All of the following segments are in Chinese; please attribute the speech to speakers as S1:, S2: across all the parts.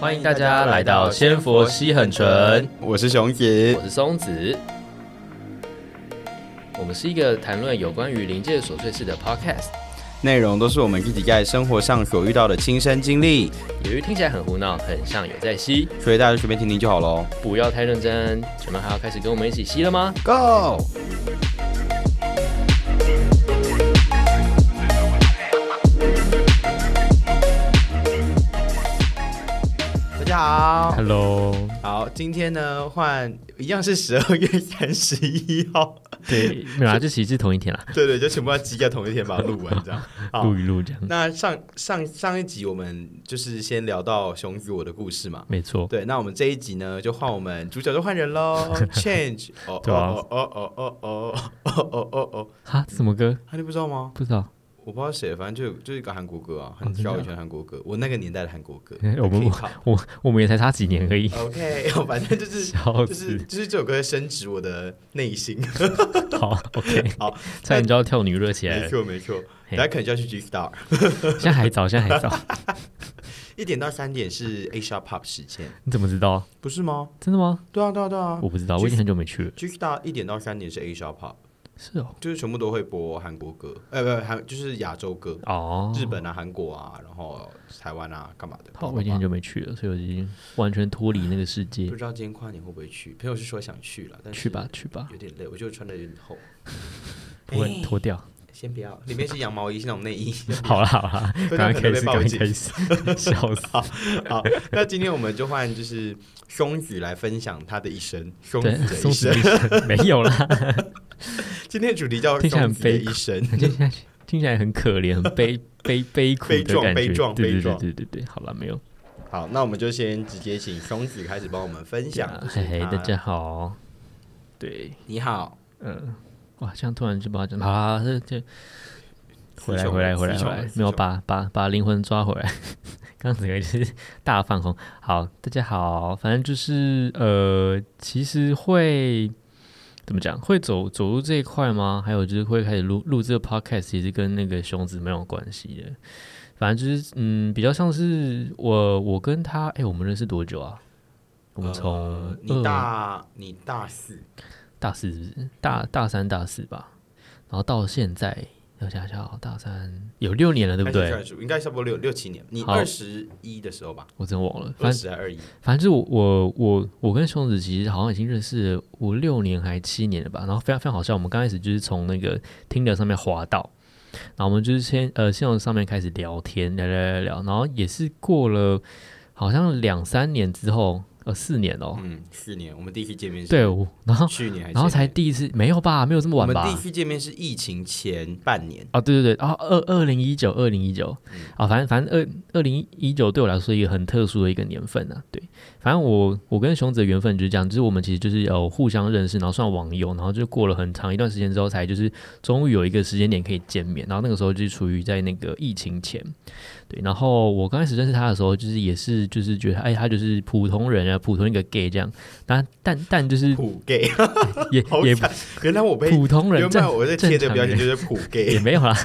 S1: 欢迎大家来到《仙佛西很纯》，
S2: 我是熊子
S1: 我，是松子。我们是一个谈论有关于临界琐碎事的 podcast，
S2: 内容都是我们自己在生活上所遇到的亲身经历，
S1: 由于听起来很胡闹，很像有在吸，
S2: 所以大家就随便听听就好喽。
S1: 不要太认真。你们还要开始跟我们一起吸了吗？
S2: Go！大家好，
S3: Hello，
S2: 好，今天呢换一样是十二月三十一号，
S3: 对，没有啊，就其实是同一天啦，
S2: 对对，就全部要挤在同一天把它录完这样。好
S3: 录一录这样，
S2: 那上上上一集我们就是先聊到熊子我的故事嘛，
S3: 没错，
S2: 对，那我们这一集呢，就换我们主角就换人 喽，change 哦
S3: 对啊
S2: 哦哦哦哦哦哦哦哦哦，
S3: 哈，这什么歌？
S2: 啊你不知道吗？
S3: 不知道，
S2: 我不知道谁，反正就就是一个韩国歌啊，很
S3: 哦真的
S2: 早
S3: 啊。
S2: 以前的韩国歌，我那个年代的韩国歌
S3: 我们
S2: 可以考
S3: 我我们也才差几年而已，
S1: 哎
S2: OK，反 正就 是
S3: 笑
S2: 就是
S3: 死，
S2: 就是这首歌深植我的内心，
S3: 好，OK，
S2: 好，
S3: 差点就要跳女热起来
S2: 没
S3: 了，
S2: 错没错，
S3: 嘿
S2: 大家可能就要去 G Star，
S3: 现在还早，现在还早，
S2: 一点到三点是 Asia Pop 时间，
S3: 你怎么知道？
S2: 不是吗？
S3: 真的吗？
S2: 对啊对啊对啊
S3: 我不知道，我已经很久没去了，
S2: ，G Star 一点到三点是 Asia Pop，
S3: 是哦，
S2: 就是全部都会播韩国歌，呃不韩就是亚洲歌，
S3: 哦，
S2: 日，本啊、韩国啊，然后台湾啊，干嘛的？
S3: 好，我已经很久没去了，所以我已经完全脱离那个世界
S2: 不，知道今天跨年会不会去。朋友是说想去了，但是
S3: 去吧，去吧，
S2: 有点累，我就穿的有点厚。
S3: 不会脱掉，
S2: 先不要，里面是羊毛衣，是那种内 衣。
S3: 好啦好啦，
S2: 脱掉
S3: 赶快
S2: 可
S3: 开
S2: 能被
S3: 始，
S2: 报
S3: 赶快
S2: 警
S3: 开始，笑死，
S2: 好，那今天我们就换就是松子来分享他的一生，松
S3: 对，
S2: 子的
S3: 松
S2: 一
S3: 子的
S2: 生
S3: 一。生没有啦。
S2: 今天主题叫
S3: 听起来
S2: 松
S3: 很
S2: 子的
S3: 悲
S2: 一生。
S3: 听起来听起来很可怜，很悲悲悲苦
S2: 悲
S3: 的
S2: 壮
S3: 感觉。
S2: 悲壮
S3: 对
S2: 悲
S3: 对
S2: 壮
S3: 对对对对，好了，没有。
S2: 好，那我们就先直接请松子开始帮我们分享。就是
S3: 嘿嘿，
S2: 他
S3: 大家好。对，
S2: 你好，
S3: 嗯，哇，这样突然就把我讲好啦，这这回来
S2: 雌雄
S3: 回来回来回
S2: 雌雄
S3: 来
S2: 雌，雄
S3: 没有把 把把灵魂抓回来。 刚刚整个就是大放空。好，大家好，反正就是呃，其实会怎么讲？会走走入这一块吗？还有就是会开始录录这个 podcast，其实跟那个熊子没有关系的。反正就是嗯，比较像是我我跟他，哎、我们认识多久啊？我们从、
S2: 呃你大你大四，
S3: 大四是不是大大三大四吧，然后到现在，我想想哦，大三有六年了，对不
S2: 开始
S3: 对？
S2: 算数应该差不多六六七年。你
S3: 好
S2: 二十一的时候吧，
S3: 我真忘了，
S2: 二
S3: 反正
S2: 十还二一。
S3: 反正就是我我我我跟熊子其实好像已经认识了五六年还七年了吧，然后非常非常好笑，我们刚开始就是从那个听的上面滑到，然后我们就是先呃先从上面开始聊天聊聊聊聊，然后也是过了好像两三年之后，呃四年哦，
S2: 嗯，去年我们第一次见面是
S3: 对，我然 后
S2: 去年还是
S3: 然后才
S2: 前年
S3: 第一次没有吧，没有这么晚吧？
S2: 我们第一次见面是疫情前半年，
S3: 哦，对对对，啊、哦，二二零一九，二零一九，
S2: 嗯
S3: 啊，反正反正二二零一九对我来说是一个很特殊的一个年份啊，对，反正我我跟熊子的缘分就是这样，就是我们其实就是有互相认识，然后算网友，然后就过了很长一段时间之后，才就是终于有一个时间点可以见面，然后那个时候就是处于在那个疫情前，对，然后我刚开始认识他的时候，就是也是就是觉得哎，他就是普通人啊，普通一个 gay 这样，那但但就是
S2: 普 gay，
S3: 也
S2: 好
S3: 也
S2: 惨。原来我被
S3: 普通人
S2: 原
S3: 正
S2: 本我在贴的标签
S3: 正常人
S2: 就是普
S3: 也
S2: gay，
S3: 没有啦，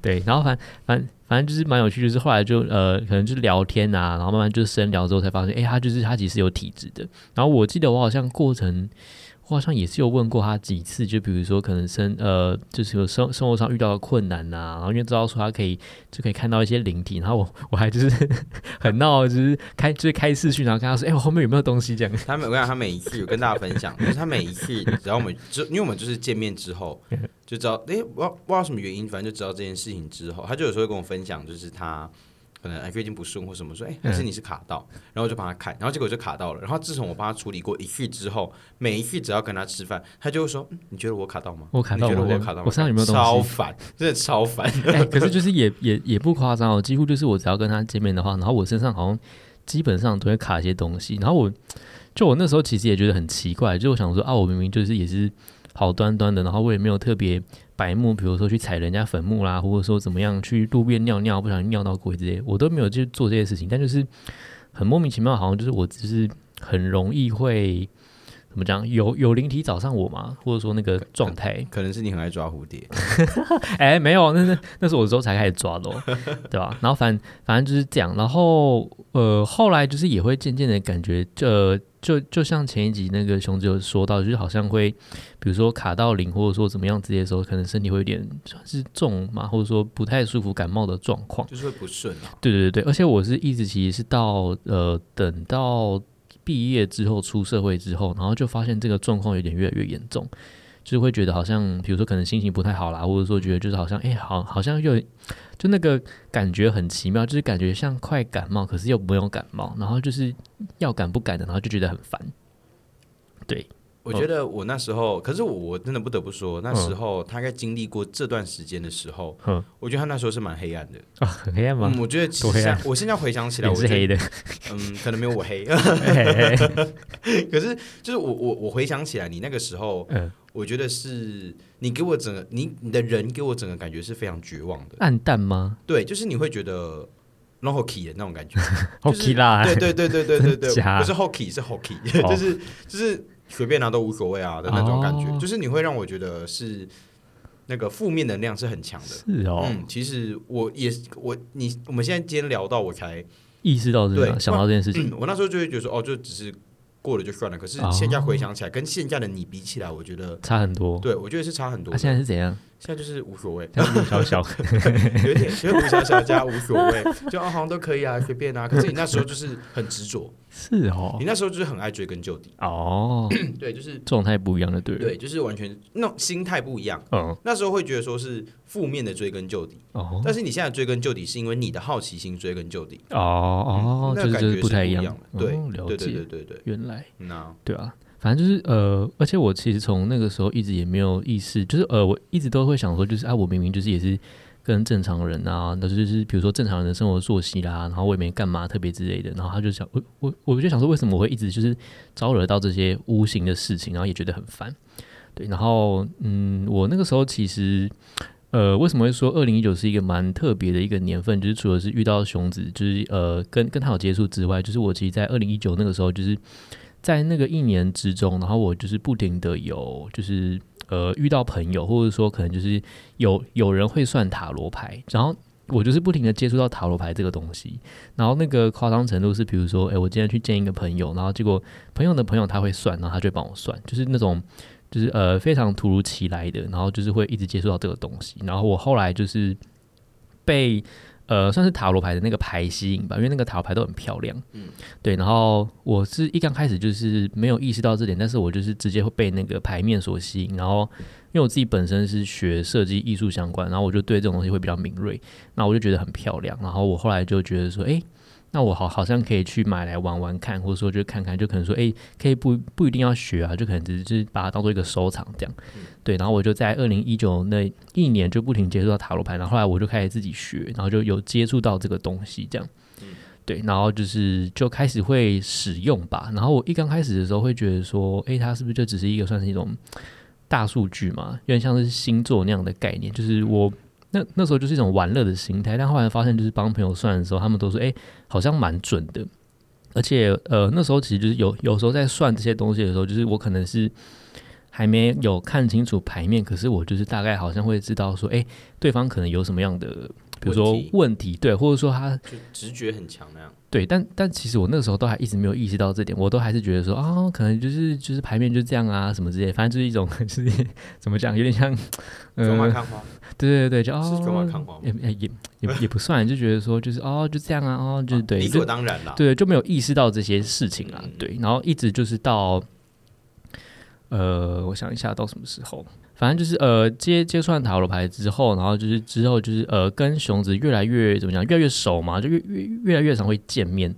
S3: 对，然后反反反正就是蛮有趣，就是后来就呃，可能就是聊天啊，然后慢慢就深聊之后才发现，诶，他就是他其实有体质的。然后我记得我好像过程，我好像也是有问过他几次，就比如说可能生呃，就是有生生活上遇到的困难呐、然后因为知道说他可以就可以看到一些灵体，然后我我还就是 很闹，就是开就是开视讯，然后跟他说，诶，我后面有没有东西这样？
S2: 他每我跟你讲，他每一次有跟大家 分享，就是他每一次只要我们就因为我们就是见面之后就知道，哎、不知道不知道什么原因，反正就知道这件事情之后，他就有时候会跟我分享，就是他。可能哎最近不顺或什么，说哎、还是你是卡到，然后我就帮他看，然后结果就卡到了。然后自从我帮他处理过一次之后，每一次只要跟他吃饭，他就会说、嗯你觉得我卡到吗？
S3: 我卡到
S2: 你觉
S3: 吗
S2: 得我
S3: 对
S2: 卡到吗？
S3: 我身上有没有东西
S2: 超烦，真的超烦。
S3: 哎、可是就是也也也不夸张哦，几乎就是我只要跟他见面的话，然后我身上好像基本上都会卡一些东西。然后我就我那时候其实也觉得很奇怪，就我想说啊，我明明就是也是好端端的，然后我也没有特别白目，比如说去踩人家坟墓啦，或者说怎么样去路边尿尿，不小心尿到鬼这些，我都没有去做这些事情。但就是很莫名其妙，好像就是我只是很容易会怎么讲，有有灵体找上我吗？或者说那个状态，
S2: 可能是你很爱抓蝴蝶，
S3: 哎、没有，那那那是我之后才开始抓的、哦，对吧？然后反反正就是这样，然后呃，后来就是也会渐渐的感觉，呃，就就像前一集那个熊子有说到，就是好像会，比如说卡到零或者说怎么样之类的时候，可能身体会有点算是重嘛，或者说不太舒服、感冒的状况。
S2: 就是会不顺啊。
S3: 对对对，而且我是一直其实是到呃等到毕业之后出社会之后，然后就发现这个状况有点越来越严重，就是会觉得好像比如说可能心情不太好啦，或者说觉得就是好像哎、好好像又就那个感觉很奇妙，就是感觉像快感冒，可是又没有感冒，然后就是要感不感的，然后就觉得很烦。对，
S2: 我
S3: 嗯
S2: 觉得我那时候，可是我我真的不得不说，那时候他在经历过这段时间的时候，
S3: 嗯
S2: 我觉得他那时候是蛮黑暗的。
S3: 啊，很黑暗吗？
S2: 嗯，我觉得其
S3: 多黑
S2: 实
S3: 暗
S2: 像我现在回想起来，
S3: 脸
S2: 我
S3: 是
S2: 觉
S3: 黑
S2: 得
S3: 的，
S2: 嗯，可能没有我黑，
S3: 嘿嘿嘿
S2: 可是就是我我我回想起来，你那个时候，
S3: 嗯
S2: 我觉得是你给我整个你你的人给我整个感觉是非常绝望的，
S3: 暗淡吗？
S2: 对，就是你会觉得 no hockey 的那种感觉，
S3: 好啊
S2: 就是
S3: 奇啦，
S2: 对对对对对对 对，
S3: 真假
S2: 不是 hockey 是 hockey，
S3: 哦
S2: 就是就是随便拿都无所谓啊的那种感觉，
S3: 哦
S2: 就是你会让我觉得是那个负面能量是很强 的。
S3: 是哦，
S2: 嗯，其实我也是我你我们现在今天聊到我才
S3: 意识到这
S2: 对
S3: 个，想到这件事情。
S2: 嗯，我那时候就会觉得说，哦，就只是过了就算了。可是
S3: 哦
S2: 现在回想起来，跟现在的你比起来，我觉得，
S3: 差很多。
S2: 对我觉得是差很多
S3: 他、
S2: 的。
S3: 现在是怎样？，
S2: 啊现在就是无所谓
S3: 像陆小小，
S2: 有点就是无小小加无所 谓，就啊好像都可以啊，随便啊。可是你那时候就是很执着，
S3: 是哦
S2: 你，那时候就是很爱追根究底，
S3: 哦，
S2: 对，就是
S3: 状态不一样的，对了，
S2: 对，就是完全那种心态不一样。
S3: 嗯，
S2: 那时候会觉得说是负面的追根究底，
S3: 哦，
S2: 但是你现在追根究底是因为你的好奇心追根究底，
S3: 哦哦，
S2: 那
S3: 就是
S2: 感
S3: 就
S2: 觉
S3: 是不太
S2: 一
S3: 样
S2: 的。对
S3: 哦，了
S2: 对对对
S3: 解，
S2: 对对，
S3: 原来
S2: 那
S3: 对啊。反正就是呃，而且我其实从那个时候一直也没有意识，就是呃，我一直都会想说，就是啊，我明明就是也是跟正常人啊，那就是比如说正常人的生活作息啦，然后我也没干嘛特别之类的，然后他就想我我我就想说，为什么我会一直就是招惹到这些无形的事情，然后也觉得很烦。对，然后嗯，我那个时候其实呃，为什么会说二零一九是一个蛮特别的一个年份？就是除了是遇到熊子，就是呃跟跟他有接触之外，就是我其实，在二零一九那个时候，就是在那个一年之中，然后我就是不停的有就是呃遇到朋友，或者说可能就是有有人会算塔罗牌，然后。我就是不停的接触到塔罗牌这个东西，然后那个夸张程度是，比如说，诶，我今天去见一个朋友，然后结果朋友的朋友他会算，然后他就会帮我算，就是那种就是呃非常突如其来的，然后就是会一直接触到这个东西。然后我后来就是被呃算是塔罗牌的那个牌吸引吧，因为那个塔罗牌都很漂亮，嗯，对。然后我是一刚开始就是没有意识到这点，但是我就是直接会被那个牌面所吸引。然后因为我自己本身是学设计艺术相关，然后我就对这种东西会比较敏锐，那我就觉得很漂亮。然后我后来就觉得说，诶，那我好好像可以去买来玩玩看，或者说就看看，就可能说，诶。可以不不一定要学啊，就可能只是就是把它当做一个收藏这样。对，然后我就在二零一九那一年就不停接触到塔罗牌，然后后来我就开始自己学，然后就有接触到这个东西这样。对，然后就是就开始会使用吧。然后我一刚开始的时候会觉得说，诶，它是不是就只是一个算是一种大数据嘛，有点像是星座那样的概念，就是我。那那时候就是一种玩乐的心态，但后来发现，就是帮朋友算的时候，他们都说，诶，好像蛮准的。而且呃，那时候其实就是有有时候在算这些东西的时候，就是我可能是还没有看清楚牌面，可是我就是大概好像会知道说，哎、对方可能有什么样的，比如说
S2: 问题
S3: 问题，对，或者说他
S2: 就直觉很强那样。
S3: 对，但但其实我那个时候都还一直没有意识到这点，我都还是觉得说啊、可能就是就是牌面就这样啊，什么之类，反正就是一种 就是怎么讲，有点像
S2: 走马
S3: 呃，
S2: 看花，
S3: 对对对，就哦，
S2: 是走马看花吗
S3: 也也也也也不算，就觉得说就是哦，就这样啊，哦，就是对，
S2: 理
S3: 就
S2: 所当然啦。
S3: 对，就没有意识到这些事情啦。对，然后一直就是到，呃，我想一下到什么时候，反正就是呃接接触完塔罗牌之后，然后就是之后就是呃跟熊子越来越怎么讲，越来越熟嘛，就越越越来越常会见面。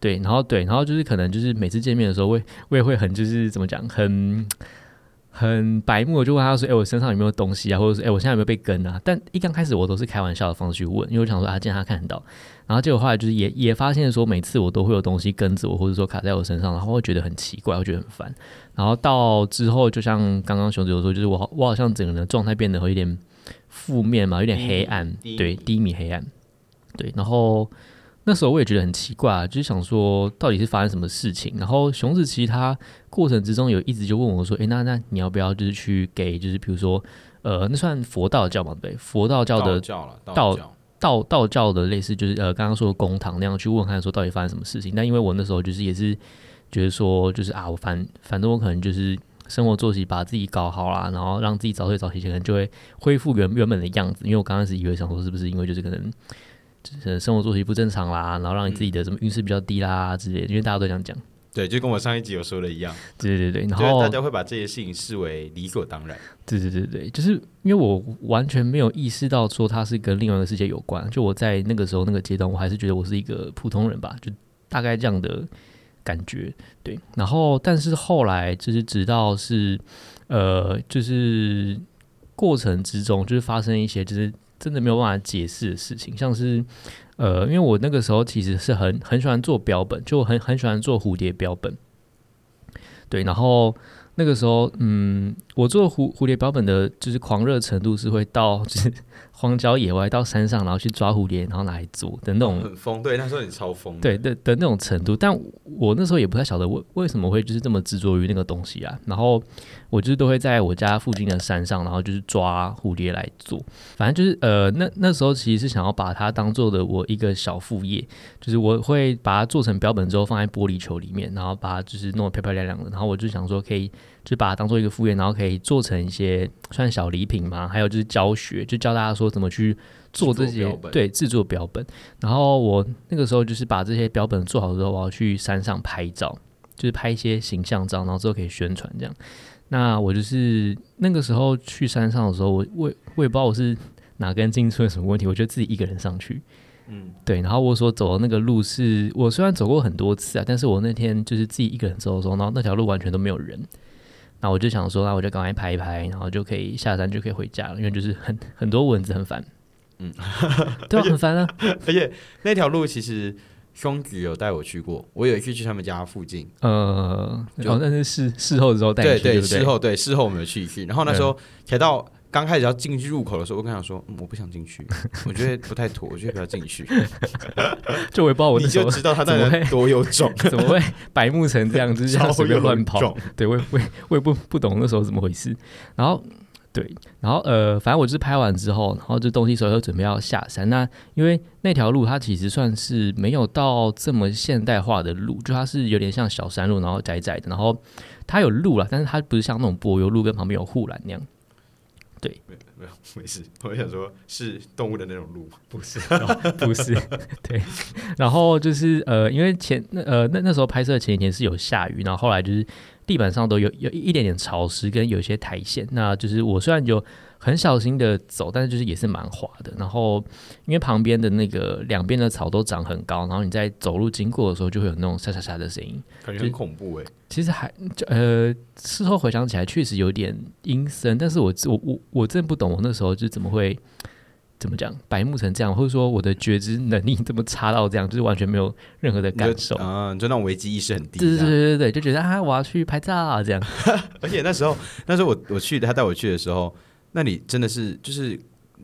S3: 对，然后对，然后就是可能就是每次见面的时候，我也我也会很就是怎么讲，很很白目，我就问他说：“哎、我身上有没有东西啊？或者是哎、我现在有没有被跟啊？”但一刚开始我都是开玩笑的方式去问，因为我想说啊，既然他看得到，然后结果后来就是也也发现说，每次我都会有东西跟着我，或者说卡在我身上，然后会觉得很奇怪，会觉得很烦。然后到之后，就像刚刚熊子有说，就是我好我好像整个人的状态变得有点负面嘛，有点黑暗，
S2: 嗯低迷
S3: 对，低迷黑暗，对。然后那时候我也觉得很奇怪、啊，就是想说到底是发生什么事情。然后熊子其实他过程之中有一直就问我说：“诶，那那你要不要就是去给就是比如说呃，那算佛道教嘛？对不对，佛道教
S2: 道
S3: 的
S2: 教了，道
S3: 道
S2: 教，
S3: 道道教的类似就是呃刚刚说的公堂那样去问看说到底发生什么事情。但因为我那时候就是也是觉得说就是啊，我反反正我可能就是生活作息把自己搞好啦，然后让自己早睡早起，可能就会恢复原原本的样子。因为我刚开始以为想说是不是因为就是可能。就是生活作息不正常啦，然后让你自己的什么运势比较低啦之类的，因为大家都这样讲，
S2: 对，就跟我上一集有说的一样，
S3: 对对对，然
S2: 就是
S3: 后
S2: 大家会把这些事情视为理所当然。
S3: 对对对对，就是因为我完全没有意识到说它是跟另外一个世界有关。就我在那个时候那个阶段，我还是觉得我是一个普通人吧，就大概这样的感觉。对，然后但是后来就是直到是呃，就是过程之中，就是发生一些就是真的没有办法解释的事情，像是呃，因为我那个时候其实是很很喜欢做标本，就我很很喜欢做蝴蝶标本。对，然后那个时候，嗯，我做蝴蝴蝶标本的，就是狂热程度是会到就是荒郊野外到山上，然后去抓蝴蝶，然后拿来做的那种
S2: 很疯，对，那时候你超疯，
S3: 对，的的那种程度。但我那时候也不太晓得为为什么会就是这么执着于那个东西啊。然后我就是都会在我家附近的山上，然后就是抓蝴蝶来做。反正就是呃，那那时候其实是想要把它当做的我一个小副业，就是我会把它做成标本之后放在玻璃球里面，然后把它就是弄得漂漂亮亮的。然后我就想说可以。就把它当做一个副业，然后可以做成一些算小礼品嘛，还有就是教学，就教大家说怎么去做这
S2: 制作
S3: 些
S2: 标本
S3: 对制作标本。然后我那个时候就是把这些标本做好之后，我要去山上拍照，就是拍一些形象照，然后之后可以宣传这样。那我就是那个时候去山上的时候，我我也我也不知道我是哪根筋出了什么问题，我就自己一个人上去，
S2: 嗯，
S3: 对，然后我所走的那个路是，我虽然走过很多次啊，但是我那天就是自己一个人走的时候，然后那条路完全都没有人，那我就想说，啊那我就赶快拍一拍，然后就可以下山，就可以回家了，因为就是很很多蚊子很烦，
S2: 嗯
S3: 嗯，对啊，很烦啊，
S2: 而且那条路其实兄弟有带我去过，我有一次去他们家附近，
S3: 呃，
S2: 就
S3: 哦，但是事事后之后带你
S2: 对
S3: 去，对嗯不
S2: 事后对事后我们有去一次，然后那时候才到刚开始要进去入口的时候，我跟他说、嗯我不想进去，我觉得不太妥，我觉得不要 进去，
S3: 就我也不知道哦我那
S2: 你
S3: 时
S2: 就
S3: 候
S2: 知道他那
S3: 怎么
S2: 人
S3: 会
S2: 多有 种，
S3: 怎么会白目成这样，就是这样
S2: 超
S3: 随
S2: 有
S3: 便乱跑，
S2: 种，
S3: 对，我也 我也我也不不懂那时候怎么回事。然后对，然后呃，反正我就是拍完之后，然后这东西手又准备要下山。那因为那条路它其实算是没有到这么现代化的路，就它是有点像小山路，然后窄窄的，然后它有路啦，但是它不是像那种柏油路跟旁边有护栏那样。
S2: 没有没事，我想说是动物的那种路，
S3: 不是，不是， 对。然后就是呃，因为前那呃那那时候拍摄前几天是有下雨，然后后来就是地板上都有有一点点潮湿，跟有一些苔藓。那就是我虽然有很小心的走，但是就是也是蛮滑的。然后因为旁边的那个两边的草都长很高，然后你在走路经过的时候就会有那种沙沙沙的声音。
S2: 感觉很恐怖哎、
S3: 其实还就呃，事后回想起来确实有点阴森，但是我我我我真不懂我那时候就怎么会怎么讲白目成这样，或者说我的觉知能力这么差到这样，就是完全没有任何的感
S2: 你就
S3: 受。
S2: 嗯，就那种危机意识很低，
S3: 对对
S2: 这样
S3: 对对对，就觉得啊，我要去拍照啊，这样。
S2: 而且那时候，那时候我我去他带我去的时候，那里真的是就是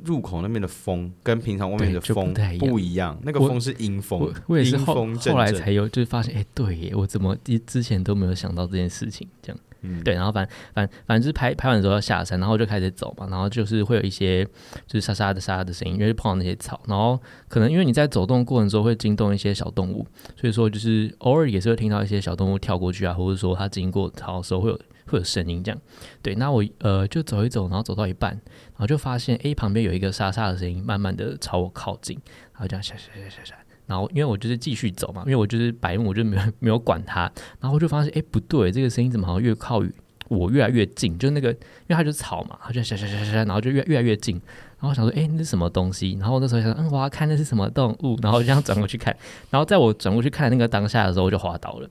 S2: 入口那边的风跟平常外面的
S3: 对就
S2: 风
S3: 不太一样
S2: 不一样，那个
S3: 我
S2: 风是阴
S3: 我
S2: 风，
S3: 我也是
S2: 阴
S3: 后
S2: 风阵阵。
S3: 后来才有，就是发现，哎、对耶，我怎么之之前都没有想到这件事情，这样。
S2: 嗯
S3: 对，然后反反反正就是拍拍完之后要下山，然后就开始走嘛，然后就是会有一些就是沙沙的沙沙的声音，因为碰到那些草，然后可能因为你在走动过程中会惊动一些小动物，所以说就是偶尔也是会听到一些小动物跳过去啊，或者说它经过草的时候会有会有声音这样。对，那我呃就走一走，然后走到一半，然后就发现诶旁边有一个沙沙的声音慢慢的朝我靠近，然后这样沙沙沙沙沙。然后，因为我就是继续走嘛，因为我就是白目，我就没有 没有管它。然后我就发现，诶，不对，这个声音怎么好像越靠我越来越近，就那个，因为它就是草嘛，它就沙沙沙沙，然后就越越来越近。然后我想说，哎、那是什么东西？然后我那时候想说，嗯，我要看那是什么动物。然后我就这样转过去看，然后在我转过去看那个当下的时候，我就滑倒了。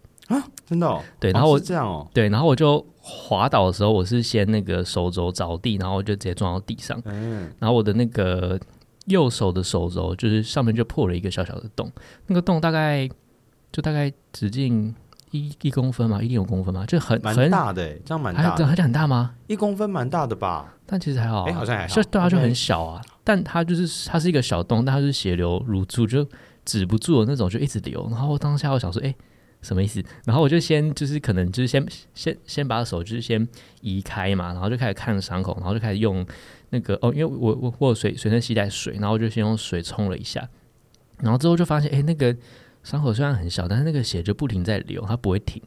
S2: 真的、哦，
S3: 对然后
S2: 哦
S3: 我
S2: 是这样哦，
S3: 对，然后我就滑倒的时候，我是先那个手肘着地，然后我就直接撞到地上。
S2: 嗯，
S3: 然后我的那个右手的手肘，就是上面就破了一个小小的洞，那个洞大概就大概直径一一公分嘛，一点五公分嘛，就很
S2: 蛮
S3: 很
S2: 大的哎，这样蛮
S3: 还有
S2: 大的，
S3: 还有很大吗？
S2: 一公分蛮大的吧？
S3: 但其实还好、啊，
S2: 哎好像还好
S3: 就对啊，就
S2: OK
S3: 很小啊。但它就是它是一个小洞，但它是血流如注，就止不住的那种，就一直流。然后当下我想说，哎、什么意思？然后我就先就是可能就是先先先把手就是先移开嘛，然后就开始看伤口，然后就开始用那个哦，因为我我我有随随身携带水，然后我就先用水冲了一下，然后之后就发现，哎、那个伤口虽然很小，但是那个血就不停在流，它不会停。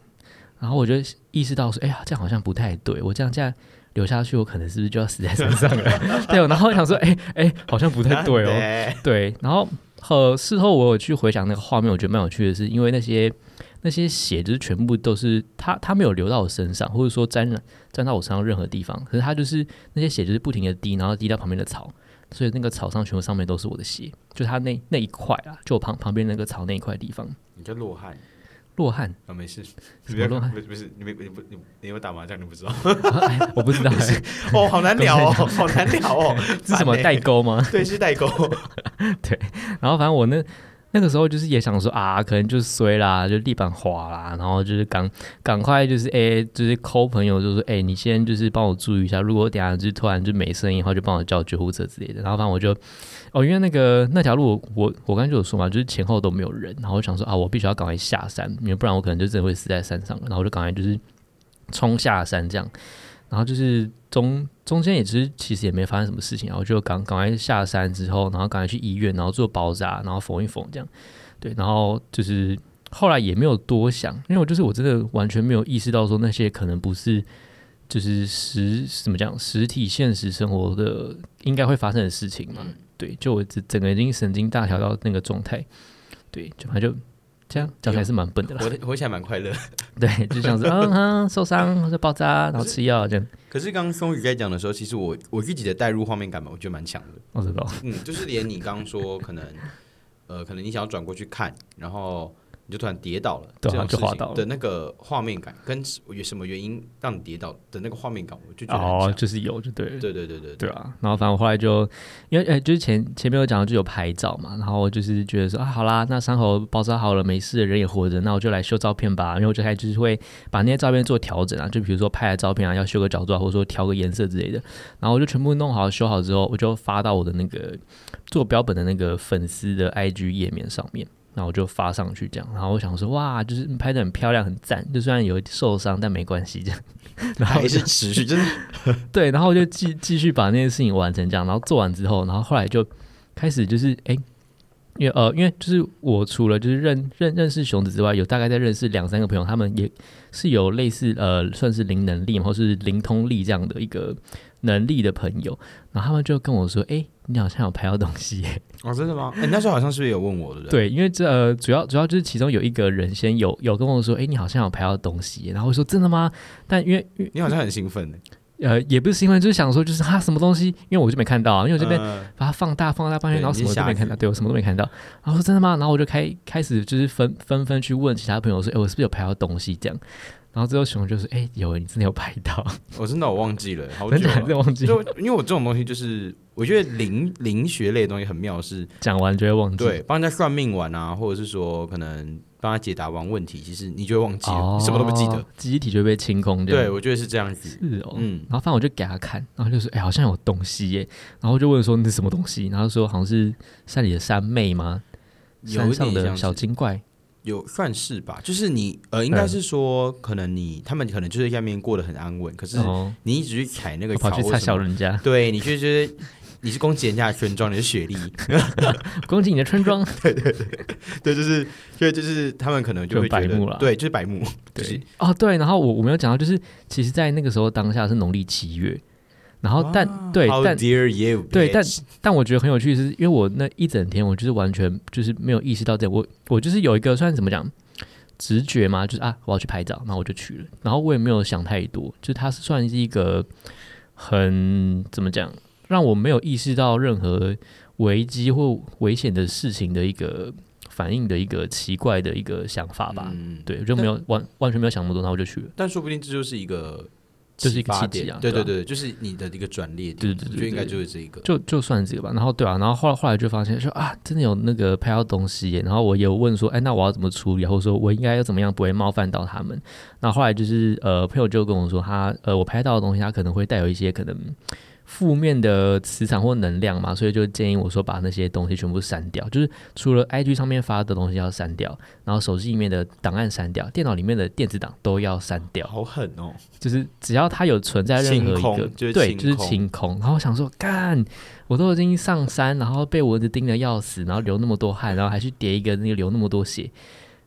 S3: 然后我就意识到说，哎呀，这样好像不太对，我这样这样流下去，我可能是不是就要死在山上了？ 对，然后我想说，哎哎，好像不太对哦。
S2: 哦，
S3: 对，然后呃，事后我有去回想那个画面，我觉得蛮有趣的是，因为那些那些血就是全部都是它它没有流到我身上，或者说沾染沾到我身上任何地方，可是它就是那些血就是不停的滴，然后滴到旁边的草，所以那个草上全部上面都是我的血，就它那那一块啊，就我旁旁边那个草那一块地方，
S2: 你叫洛汗
S3: 落汗，
S2: 啊，没事，
S3: 什么落汗？
S2: 不是不是，你没你不你你有打麻将，你不知道
S3: 哎我不知道、哎
S2: 哦，好难聊 哦，好难聊哦，
S3: 是什么
S2: 烦欸
S3: 代？沟吗？
S2: 对，是代沟。
S3: 然后反正我那那个时候就是也想说啊，可能就是衰啦，就地板滑啦，然后就是赶赶快就是哎、就是抠朋友就说哎、你先就是帮我注意一下，如果我等下就是突然就没声音的话，就帮我叫救护车之类的。然后反正我就哦，因为那个那条路我我我刚才就有说嘛，就是前后都没有人，然后我想说啊，我必须要赶快下山，因为不然我可能就真的会死在山上了。然后我就赶快就是冲下山这样，然后就是中中间也其实其实也没发生什么事情，然后就赶赶快下山之后，然后赶快去医院，然后做包扎，然后缝一缝这样，对，然后就是后来也没有多想，因为我就是我真的完全没有意识到说那些可能不是就是实怎么讲实体现实生活的应该会发生的事情嘛，对，就我整整个已经神经大条到那个状态，对，就反正就这样讲起来是蛮笨的啦，
S2: 活得活起来蛮快乐。
S3: 对，就像是嗯哼受伤或者包扎，然后吃药这样，
S2: 可是刚刚松宇在讲的时候，其实我我自己的代入画面感嘛，我觉得蛮强的。
S3: 我知道。
S2: 嗯，就是连你刚刚说可能，呃，可能你想要转过去看，然后你就突然跌倒了，
S3: 对啊
S2: 这种
S3: 就
S2: 事
S3: 滑倒
S2: 情
S3: 了
S2: 的那个画面感，跟有什么原因让你跌倒的那个画面感，我就觉得
S3: 哦
S2: 很，强。
S3: 就是有就对了。
S2: 对对对 对
S3: 对啊，然后反正我后来就，因为呃，就是前前面有讲到就有拍照嘛，然后我就是觉得说啊，好啦，那伤口包扎好了，没事，人也活着，那我就来修照片吧。因为我就开始就是会把那些照片做调整啊，就比如说拍的照片啊，要修个角度啊，或者说调个颜色之类的。然后我就全部弄好修好之后，我就发到我的那个做标本的那个粉丝的 IG 页面上面。然后我就发上去这样，然后我想说，哇，就是拍的很漂亮，很赞。就虽然有受伤，但没关系这样。然后我
S2: 还
S3: 就是
S2: 持续，就是
S3: 对，然后我就继继续把那件事情完成这样，然后做完之后，然后后来就开始就是哎、诶因为呃，因为就是我除了就是认认认识熊子之外，有大概在认识两三个朋友，他们也是有类似呃算是灵能力嘛或是灵通力这样的一个能力的朋友，然后他们就跟我说，哎、你好像有拍到东 西耶、
S2: 哦，真的吗？哎，你那时候好像是不是有问我，对不对？
S3: 对，因为这、呃、主要主要就是其中有一个人先有有跟我说，哎、你好像有拍到东西耶、然后我说真的吗？但因为因为
S2: 你好像很兴奋呢，欸
S3: 呃也不是因为就是想说就是哈什么东西，因为我就没看到啊，因为我这边
S2: 嗯
S3: 把它放大放大半天，
S2: 对
S3: 然后什么都没看到，
S2: 你是瞎子
S3: 对我什么都没看到。然后说真的吗？然后我就开开始就是纷纷纷去问其他朋友说，哎、我是不是有拍到东西这样？然后之后熊就说，哎、有，你真的有拍到，
S2: 我真的我忘记了，好
S3: 真
S2: 久
S3: 的
S2: 啊
S3: 还
S2: 了。
S3: 是忘记
S2: 就因为我这种东西，就是我觉得灵灵学类的东西很妙是，
S3: 讲完就会忘记。
S2: 对，帮人家算命完啊，或者是说可能帮他解答完问题，其实你就会忘记了，你什么都不记得
S3: 哦。，记忆体就被清空这样。
S2: 对，我觉得是这样子。
S3: 是哦，
S2: 嗯，
S3: 然后反正我就给他看，然后就说：“哎、好像有东西耶。”然后我就问说：“那是什么东西？”然后说：“好像是山里的山妹吗？
S2: 有
S3: 山
S2: 一
S3: 上
S2: 点
S3: 的
S2: 像
S3: 小
S2: 是
S3: 精怪。
S2: 有算是吧，就是你呃，应该
S3: 嗯
S2: 是说，可能你他们可能就是在下面过得很安稳，可”是
S3: 哦，
S2: 你一直去踩那个
S3: 我跑
S2: 草
S3: 去
S2: 或
S3: 插
S2: 什
S3: 小
S2: 么，
S3: 人家，
S2: 对，你就觉得你是攻击人家的村庄，你是雪莉，
S3: 恭喜你的村 庄。
S2: 对，就是对，就是他们可能
S3: 就
S2: 就会觉
S3: 白目啦
S2: 得，对，就是白目，就是
S3: 对，哦对，然后我我没有讲到，就是其实，在那个时候当下是农历七月，然后但对
S2: How
S3: 但
S2: dare you？
S3: 对但
S2: bitch
S3: 但我觉得很有趣是，因为我那一整天我就是完全就是没有意识到这，我我就是有一个算怎么讲直觉嘛，就是啊我要去拍照，然后我就去了，然后我也没有想太多，就是它是算是一个很怎么讲，让我没有意识到任何危机或危险的事情的一个反应的一个奇怪的一个想法吧。
S2: 嗯，
S3: 对，就没有完完全没有想那么多，然后我就去了。
S2: 但说不定这就是一个
S3: 就是一个
S2: 发
S3: 契机
S2: 点
S3: 啊，
S2: 对
S3: 对啊
S2: 对对，就是你的一个转捩点，
S3: 对对对对
S2: 就应该就是这一个。
S3: 就就算这个吧。然后对啊，然后后来后来就发现说啊，真的有那个拍到东西耶。然后我也有问说，哎，那我要怎么处理啊？或者说我应该要怎么样不会冒犯到他们？那后来就是呃，朋友就跟我说他呃，我拍到的东西，他可能会带有一些可能。负面的磁场或能量嘛，所以就建议我说把那些东西全部删掉，就是除了 IG 上面发的东西要删掉，然后手机里面的档案删掉，电脑里面的电子档都要删掉，
S2: 好狠哦！
S3: 就是只要它有存在任何一
S2: 清
S3: 个
S2: 空，就是
S3: 对，
S2: 清
S3: 就是
S2: 空
S3: 清空。然后我想说，干，我都已经上山，然后被蚊子叮的要死，然后流那么多汗，然后还去叠一个那个流那么多血，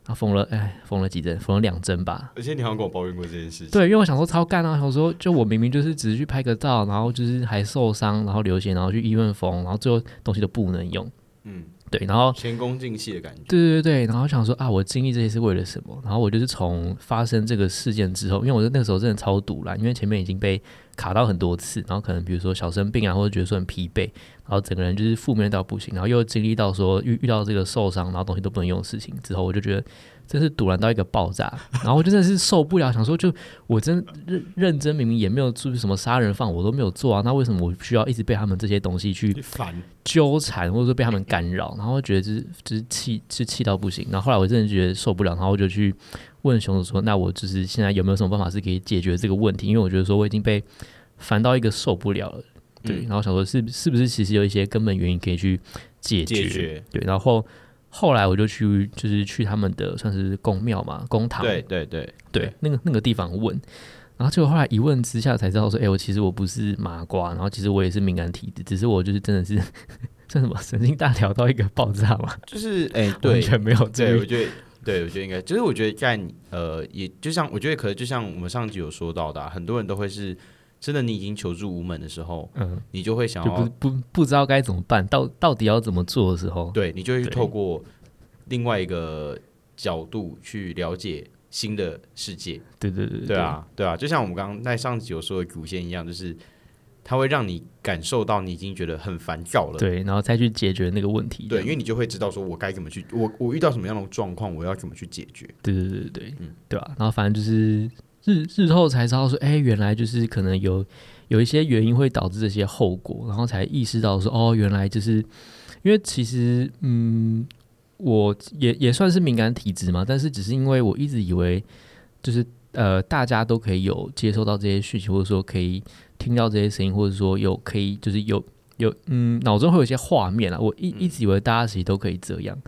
S3: 然后缝了，哎，缝了几针，缝了两针吧。
S2: 而且你好像跟我抱怨过这件事情，
S3: 啊对，因为我想说超干啊，想说就我明明就是只是去拍个照，然后就是还受伤，然后流血，然后去医院缝，然后最后东西都不能用。
S2: 嗯，
S3: 对，然后
S2: 前功尽弃的感觉。
S3: 对对对，然后想说啊，我经历这些是为了什么？然后我就是从发生这个事件之后，因为我那个时候真的超堵了，因为前面已经被卡到很多次，然后可能比如说小生病啊，或者觉得说很疲惫，然后整个人就是负面到不行，然后又经历到说遇遇到这个受伤，然后东西都不能用的事情之后，我就觉得真是堵然到一个爆炸，然后我真的是受不了，想说就我真认认真明明也没有做什么杀人犯，我都没有做啊，那为什么我需要一直被他们这些东西去
S2: 你烦，
S3: 纠缠，或者说被他们干扰，然后觉得就是就是气就是气到不行。然后后来我真的觉得受不了，然后我就去问熊总说：“那我就是现在有没有什么办法是可以解决这个问题？”因为我觉得说我已经被烦到一个受不了了，对。
S2: 嗯
S3: 然后想说是是不是其实有一些根本原因可以去解决？
S2: 解决
S3: 对。然后后来我就去就是去他们的算是宫庙嘛，公堂
S2: 对对对，
S3: 对，那个那个地方问，然后结果后来一问之下才知道说，哎、我其实我不是麻瓜，然后其实我也是敏感体质，只是我就是真的是 算什么神经大条到一个爆炸嘛，
S2: 就是哎、
S3: 完
S2: 对，
S3: 全没有这
S2: 对，我
S3: 个，
S2: 觉得，对，我觉得应该，就是我觉得在你呃，也就像我觉得，可能就像我们上集有说到的啊、很多人都会是真的，你已经求助无门的时候，
S3: 嗯，
S2: 你就会想
S3: 就不
S2: 要，
S3: 不不知道该怎么办，到到底要怎么做的时候，
S2: 对你就会
S3: 对
S2: 透过另外一个角度去了解新的世界，
S3: 对对对
S2: 对，啊，对啊，就像我们刚刚在上集有说的祖先一样，就是它会让你感受到你已经觉得很烦躁了。
S3: 对，然后再去解决那个问题，
S2: 对，因为你就会知道说，我该怎么去，我我遇到什么样的状况，我要怎么去解决。
S3: 对对对对对，
S2: 嗯
S3: 对吧、然后反正就是日日后才知道说，哎、原来就是可能有有一些原因会导致这些后果，然后才意识到说，哦，原来就是因为其实嗯，我也也算是敏感体质嘛，但是只是因为我一直以为就是呃，大家都可以有接收到这些讯息，或者说可以听到这些声音，或者说有可以就是有。有嗯，脑中会有一些画面啊，我一一直以为大家其实都可以这样，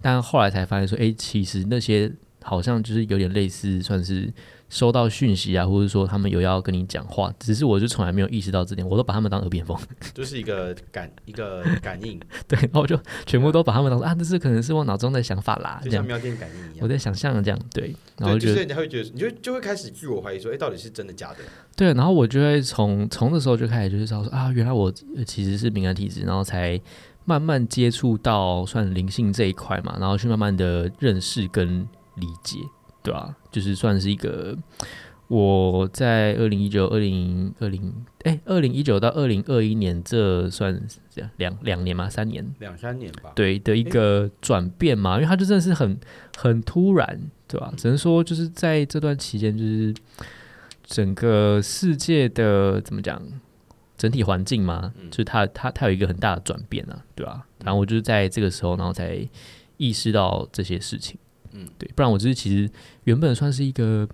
S3: 但后来才发现说，哎、其实那些好像就是有点类似，算是收到讯息啊，或者说他们有要跟你讲话，只是我就从来没有意识到这点，我都把他们当耳边风，
S2: 就是一个感一个感应，
S3: 对，然后我就全部都把他们当啊，这是可能是我脑中的想法啦，
S2: 就
S3: 这
S2: 像
S3: 样，
S2: 喵电感应
S3: 我
S2: 一样。
S3: 在想象这样，对，然后
S2: 对，
S3: 我
S2: 就
S3: 就是
S2: 你会觉得，你就就会开始自我怀疑说，哎、到底是真的假的？
S3: 对，然后我就会从从那时候就开始就是知道说啊，原来我呃其实是敏感体质，然后才慢慢接触到算灵性这一块嘛，然后去慢慢的认识跟理解，对吧、啊就是算是一个我在二零一九、二零二零哎二零一九到二零二一年这算是这样两两年嘛，三年
S2: 两三年吧。
S3: 对的一个转变嘛，因为他就真的是很很突然，对吧？只能说就是在这段期间，就是整个世界的怎么讲，整体环境嘛，就是它它它有一个很大的转变啊，对吧、然后我就是在这个时候，然后才意识到这些事情，嗯
S2: 嗯，
S3: 对，不然我就是其实原本算是一个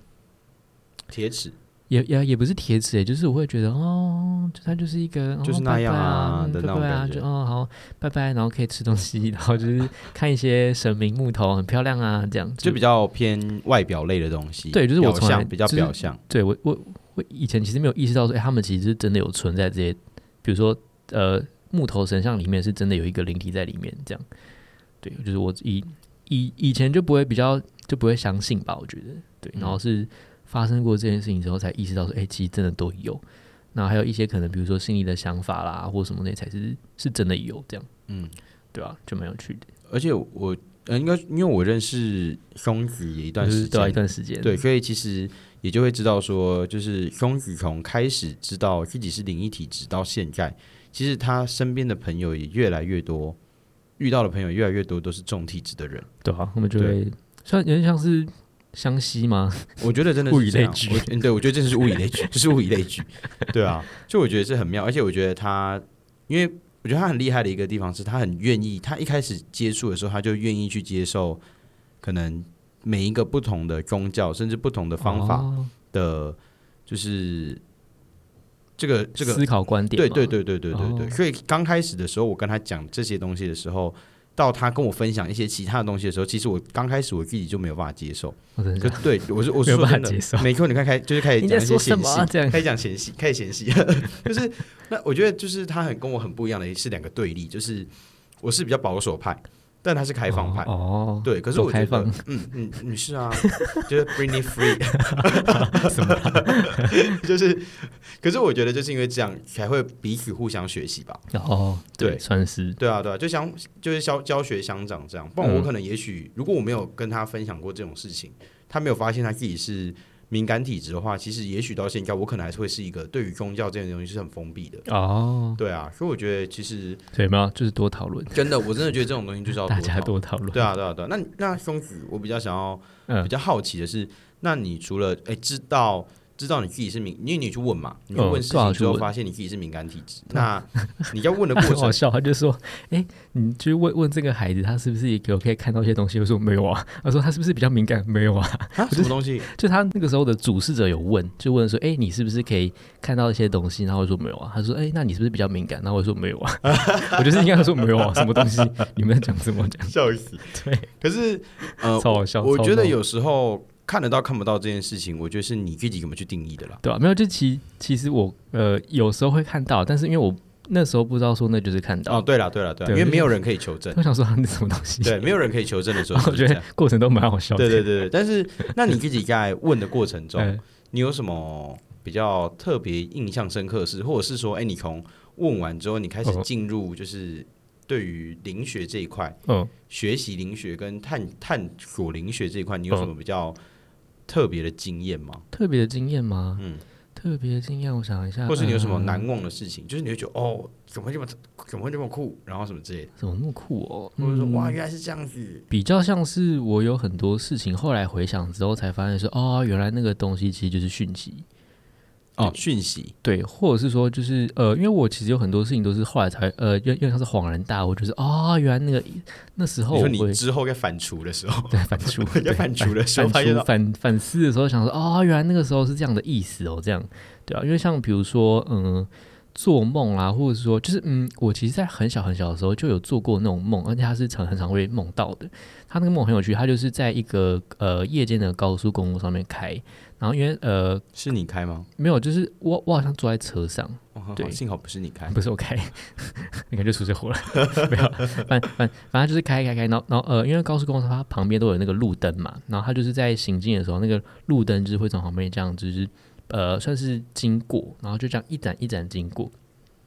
S2: 铁齿
S3: 也也也不是铁齿诶，欸就是我会觉得哦，就它就是一个、哦、
S2: 就是那样啊
S3: 拜拜啊嗯
S2: 的那种
S3: 拜拜啊
S2: 感觉
S3: 就哦好拜拜，然后可以吃东西， 然后就是看一些神明木头很漂亮啊，这样
S2: 就比较偏外表类的东西。
S3: 对就是我
S2: 表
S3: 从来
S2: 象比较
S3: 就是
S2: 表象。
S3: 对我我我以前其实没有意识到说，哎、他们其实是真的有存在这些，比如说呃木头神像里面是真的有一个灵体在里面，这样对，就是我以以以前就不会比较就不会相信吧，我觉得对，
S2: 嗯
S3: 然后是发生过这件事情之后才意识到说，哎、其实真的都有。那还有一些可能，比如说心里的想法啦，或什么那才是是真的有这样，
S2: 嗯，
S3: 对吧、就蛮有趣的，
S2: 而且我呃，应该因为我认识松子也一段
S3: 就是
S2: 时
S3: 对啊、一
S2: 间，
S3: 段时间，
S2: 对，所以其实也就会知道说，就是松子从开始知道自己是灵异体质到现在，其实他身边的朋友也越来越多，遇到的朋友越来越多都是重体质的人。
S3: 对啊，他们就会虽然有点像是相吸嘛，
S2: 我觉得真的
S3: 物以
S2: 是这样
S3: 类聚
S2: 我嗯对，我觉得真的是物以类聚，就是物以类聚。对啊，就我觉得是很妙，而且我觉得他，因为我觉得他很厉害的一个地方是他很愿意，他一开始接触的时候，他就愿意去接受可能每一个不同的宗教，甚至不同的方法
S3: 哦
S2: 的，就是这个这个
S1: 思考观点
S2: 对
S1: 嘛，
S2: 对对对对对对，
S1: 哦
S2: 所以刚开始的时候，我跟他讲这些东西的时候，到他跟我分享一些其他的东西的时候，其实我刚开始我自己就没有办法接受，
S1: 我真的
S2: 就
S1: 假的
S2: 对我是我
S1: 没
S2: 是
S1: 有
S2: 说
S1: 办法
S2: 真的
S1: 接受，
S2: 每 Q 你看开就是开始
S1: 你
S2: 讲
S1: 在
S2: 一些
S1: 说
S2: 嫌
S1: 什么啊
S2: 隙，
S1: 这样
S2: 开始讲嫌隙，开始嫌隙，就是那我觉得就是他很跟我很不一样的是两个对立，就是我是比较保守派，但他是开放派。
S1: 哦，
S2: 对，可是
S1: 走
S2: 我觉
S1: 开
S2: 得
S1: 放，
S2: 嗯嗯，你是啊， 就是 bring me free，就是，
S1: 啊
S2: 可是我觉得就是因为这样才会彼此互相学习吧。
S1: 哦，对，
S2: 对
S1: 算是
S2: 对啊，对啊，就相就是教教学相长这样，不然
S1: 嗯
S2: 我可能也许、如果我没有跟他分享过这种事情，他没有发现他自己是敏感体质的话，其实也许到现在我可能还是会是一个对于宗教这种东西是很封闭的。
S1: 哦，
S2: 对啊，所以我觉得其实
S1: 所以没有，就是多讨论，
S2: 真的，我真的觉得这种东西 就是要
S1: 大家
S2: 多
S1: 多讨论，
S2: 讨对啊，对啊，对啊。那那松子，我比较想要呃
S1: 嗯，
S2: 比较好奇的是，那你除了哎知道知道你自己是敏，因为你去问嘛，你去
S1: 嗯
S2: 问啊事
S1: 对啊
S2: 情
S1: 去
S2: 之后
S1: 问
S2: 发现你自己是敏感体质，那你要问的过
S1: 很 好
S2: 程，
S1: 笑，他就说，哎，你去问问这个孩子，他是不是也给我可以看到一些东西？我说没有啊，他说他是不是比较敏感？没有啊，
S2: 啊，什么东西？
S1: 就他那个时候的主事者有问，就问说：“哎、你是不是可以看到一些东西？”然后我说：“没有啊。”他说：“哎、那你是不是比较敏感？”然后我说：“没有 啊。”我就是应该说：“没有啊，什么东西？你们在讲什么 讲
S2: 笑死！
S1: 对，
S2: 可是呃，
S1: 超好笑
S2: 我
S1: 超
S2: 觉得
S1: 闹
S2: 有时候看得到看不到这件事情，我觉得是你自己怎么去定义的啦？”。
S1: 对吧、啊？没有，就其其实我呃有时候会看到，但是因为我那时候不知道说那就是看到，
S2: 哦，对啦，对啦，对啦，
S1: 对
S2: 因为
S1: 就是
S2: 没有人可以求证
S1: 所以，我想说啊那什么东西。
S2: 对，，没有人可以求证的时
S1: 然
S2: 候
S1: 后
S2: 就
S1: 我觉
S2: 是这
S1: 得
S2: 样，
S1: 过程都蛮好笑的。
S2: 对对对对。但是，那你自己在问的过程中，
S1: 嗯
S2: 你有什么比较特别印象深刻的事，或者是说，哎，你从问完之后，你开始
S1: 哦
S2: 进入就是对于灵学这一块，
S1: 嗯，
S2: 学习灵学跟探探索灵学这一块，你有
S1: 哦
S2: 什么比较特别的经验吗？
S1: 特别的经验吗？
S2: 嗯
S1: 嗯，特别的经验，我想一下，
S2: 或是你有什么
S1: 呃
S2: 难忘的事情，就是你会觉得哦，怎么会这么怎么会这么酷，然后什么之类的，
S1: 怎么那么酷哦？
S2: 或者说
S1: 嗯
S2: 哇，原来是这样子，
S1: 比较像是我有很多事情，后来回想之后才发现说，哦，原来那个东西其实就是讯息，
S2: 哦，讯息，
S1: 对，或者是说就是呃，因为我其实有很多事情都是后来才呃，又又像是恍然大悟，就是哦，原来那个那时候
S2: 你
S1: 我
S2: 说
S1: 会
S2: 你之后该反刍的时候，，
S1: 对反刍
S2: 要
S1: 对
S2: 反刍的时候
S1: 反
S2: 发现
S1: 刍
S2: 到，
S1: 反反思的时候想说，哦，原来那个时候是这样的意思哦，这样对啊，因为像比如说嗯。做梦啦、或者是说，就是嗯，我其实，在很小很小的时候就有做过那种梦，而且它是常很常会梦到的。他那个梦很有趣，他就是在一个呃夜间的高速公路上面开，然后因为呃
S2: 是你开吗？
S1: 没有，就是我我好像坐在车上，
S2: 哦好
S1: 对
S2: 幸好不是你开，
S1: 不是我开， 你看就出车祸了， 没有，反反反正就是开开开，然后然后呃，因为高速公路它旁边都有那个路灯嘛，然后它就是在行进的时候，那个路灯就是会从旁边这样就是呃算是经过，然后就这样一盏一盏经过，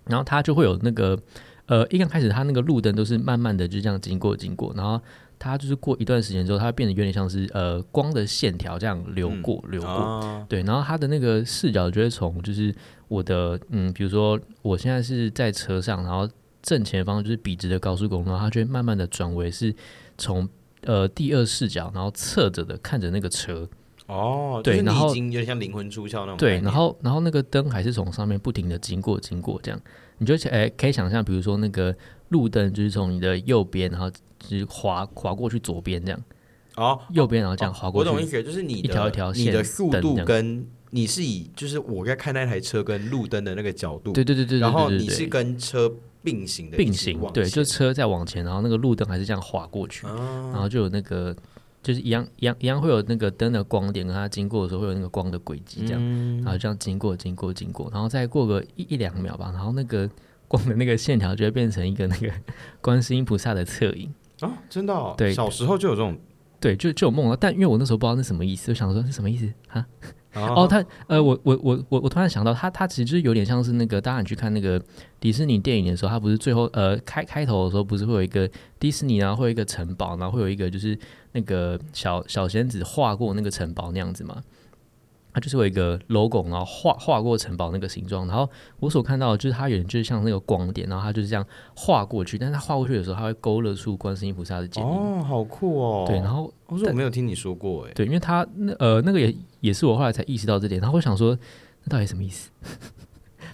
S1: 然后它就会有那个呃一刚开始它那个路灯都是慢慢的就这样经过经过，然后。它就是过一段时间之后，它会变得有点像是呃光的线条这样流过、流过，
S2: 啊
S1: 对，然后他的那个视角就会从就是我的嗯，比如说我现在是在车上，然后正前方就是笔直的高速公路，然后它就会慢慢的转为是从呃第二视角，然后侧着的看着那个车，
S2: 哦，
S1: 对
S2: 就是
S1: 然
S2: 你已
S1: 后
S2: 经有点像灵魂出窍那种概
S1: 对，
S2: 念，
S1: 然后然后那个灯还是从上面不停的经过经过这样，你就想哎、可以想象，比如说那个路灯就是从你的右边，然后就是滑滑过去左边这样，
S2: 哦，
S1: 右边然后这样
S2: 哦
S1: 滑过去，
S2: 我懂意思，就是你的
S1: 一条一条线
S2: 你的速
S1: 灯这
S2: 度
S1: 样
S2: 跟你是以就是我在看那台车跟路灯的那个角度，
S1: 对对对对对对对对，
S2: 然后你是跟车并行的，
S1: 并行，对，就是车在往前，然后那个路灯还是这样划过去，然后就有那个就是一样一样一样会有那个灯的光点，跟它经过的时候会有那个光的轨迹这样，然后这样经过经过经过，然后再过个一一两秒吧，然后那个光的那个线条就会变成一个那个观世音菩萨的侧影。
S2: 啊，真的哦，
S1: 对
S2: 小时候就有 这种
S1: 对，就就有梦到，但因为我那时候不知道那什么意思，我想说是什么意思啊？
S2: 哦
S1: 哦，他呃，我我我我我突然想到，他他其实就是有点像是那个，当然你去看那个迪士尼电影的时候，他不是最后呃开开头的时候，不是会有一个迪士尼，然后会有一个城堡，然后会有一个就是那个小小仙子画过那个城堡那样子嘛。它就是有一个 logo，然后画画过城堡那个形状，然后我所看到的就是它有点就是像那个光点，然后它就是这样画过去，但是它画过去的时候，它会勾勒出观世音菩萨的剪影。
S2: 哦，好酷哦，
S1: 对，然后
S2: 我说我没有听你说过哎，
S1: 对，因为他那呃那个也也是我后来才意识到这点，然后我想说那到底什么意思？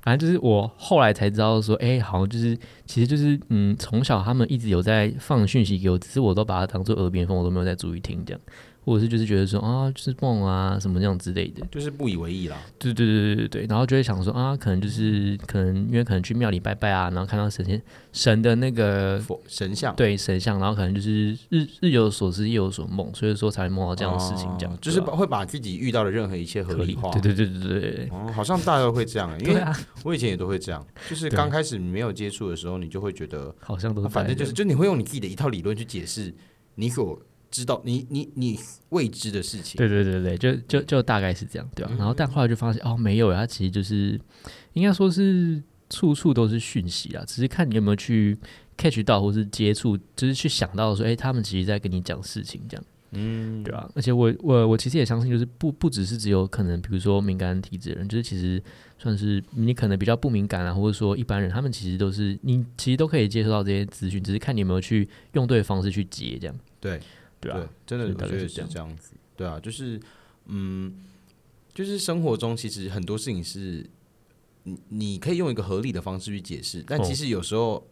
S1: 反正就是我后来才知道说，哎、好像就是其实就是嗯，从小他们一直有在放讯息给我，只是我都把它当做耳边风，我都没有在注意听这样。
S3: 或者是就是觉得说啊，就是梦啊什么那种之类的。
S2: 就是不以为意啦。
S3: 对对对对对对，然后就会想说啊，可能就是可能因为可能去庙里拜拜啊，然后看到神仙神的那个
S2: 佛神像，
S3: 对神像，然后可能就是日日有所思夜有所梦，所以说才会梦到这样的事情，这样、
S2: 哦就是
S3: 对
S2: 把
S3: 啊
S2: 会把自己遇到的任何一切合
S3: 合
S2: 理
S3: 理
S2: 化。
S3: 对对对对对对。
S2: 哦，好像大家都会这样欸，因
S3: 对
S2: 为
S3: 啊，
S2: 我以前也都会这样，就是
S3: 对
S2: 刚开始没有接触的时候，你就会觉得，
S3: 好像都
S2: 啊
S3: 是
S2: 反正就是，
S3: 白
S2: 就你会用你自己的一套理论去解释你所知道、你你你未知的事情。
S3: 人对对对对，就就就大概是这样，对吧、啊
S2: 嗯
S3: 然后但后来就发现哦，没有，它其实就是应该说是处处都是讯息啊，只是看你有没有去 catch 到，或是接触，就是去想到说，哎、他们其实在跟你讲事情这样。
S2: 嗯，
S3: 对啊，而且我我我其实也相信，就是不不只是只有可能，比如说敏感体质的人，就是其实算是你可能比较不敏感啊，或者说一般人，他们其实都是你其实都可以接受到这些资讯，只是看你有没有去用对方式去接，这样
S2: 对
S3: 对啊，
S2: 真的
S3: 所以
S2: 我
S3: 大概
S2: 觉得
S3: 是
S2: 是
S3: 这样
S2: 这样子。对啊，就是嗯，就是生活中其实很多事情是你你可以用一个合理的方式去解释，但
S3: 哦
S2: 其实有时候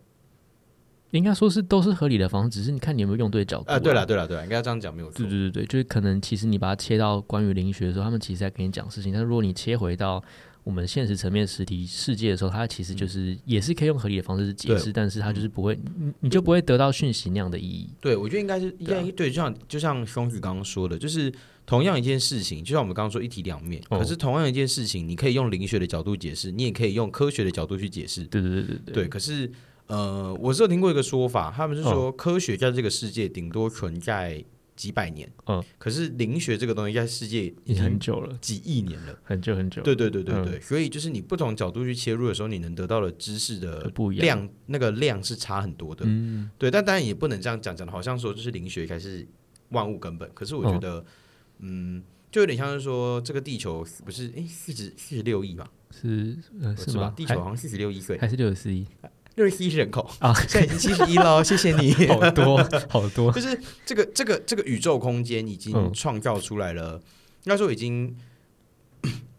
S3: 应该说是都是合理的方式，只是你看你有没有用对角度、
S2: 啊，对了，对了，对了，应该要这样讲没有错
S3: 对。对对对，就是可能其实你把它切到关于灵学的时候，他们其实在跟你讲事情，但是如果你切回到我们现实层面实体世界的时候，它其实就是也是可以用合理的方式解
S2: 嗯对嗯
S3: 释，但是它就是不会，你你就不会得到讯息那样的意义。
S2: 对，我觉得应该是应该
S3: 啊
S2: 对，就像就像双子刚刚说的，就是同样一件事情，就像我们刚刚说一体两面，
S3: 哦
S2: 可是同样一件事情，你可以用灵学的角度解释，你也可以用科学的角度去解释。
S3: 对对对对对。
S2: 对，可是呃，我是有听过一个说法，他们是说
S3: 嗯
S2: 科学在这个世界顶多存在几百年，
S3: 嗯，
S2: 可是灵学这个东西在世界已
S3: 已经很
S2: 经
S3: 久了，
S2: 几亿年了。
S3: 很久很久。
S2: 对对对对
S3: 嗯
S2: 对，所以就是你不同角度去切入的时候，你能得到的知识的
S3: 不一样
S2: 量，那个量是差很多的。嗯，对，但当然也不能这样讲，讲的好像说就是灵学才是万物根本。可是我觉得，嗯，就有点像是说这个地球不是哎四十四十六亿吧，
S3: 是呃是
S2: 是吧
S3: 吗？？
S2: 地球好像四十六亿
S3: 还
S2: 岁，
S3: 还是六十四亿，
S2: 六十四亿人口
S3: 啊
S2: 现在已经七十一 喽，谢谢你。
S3: 好多好多。
S2: 就是这个这个这个宇宙空间已
S3: 嗯
S2: 经创造出来了，应该说已经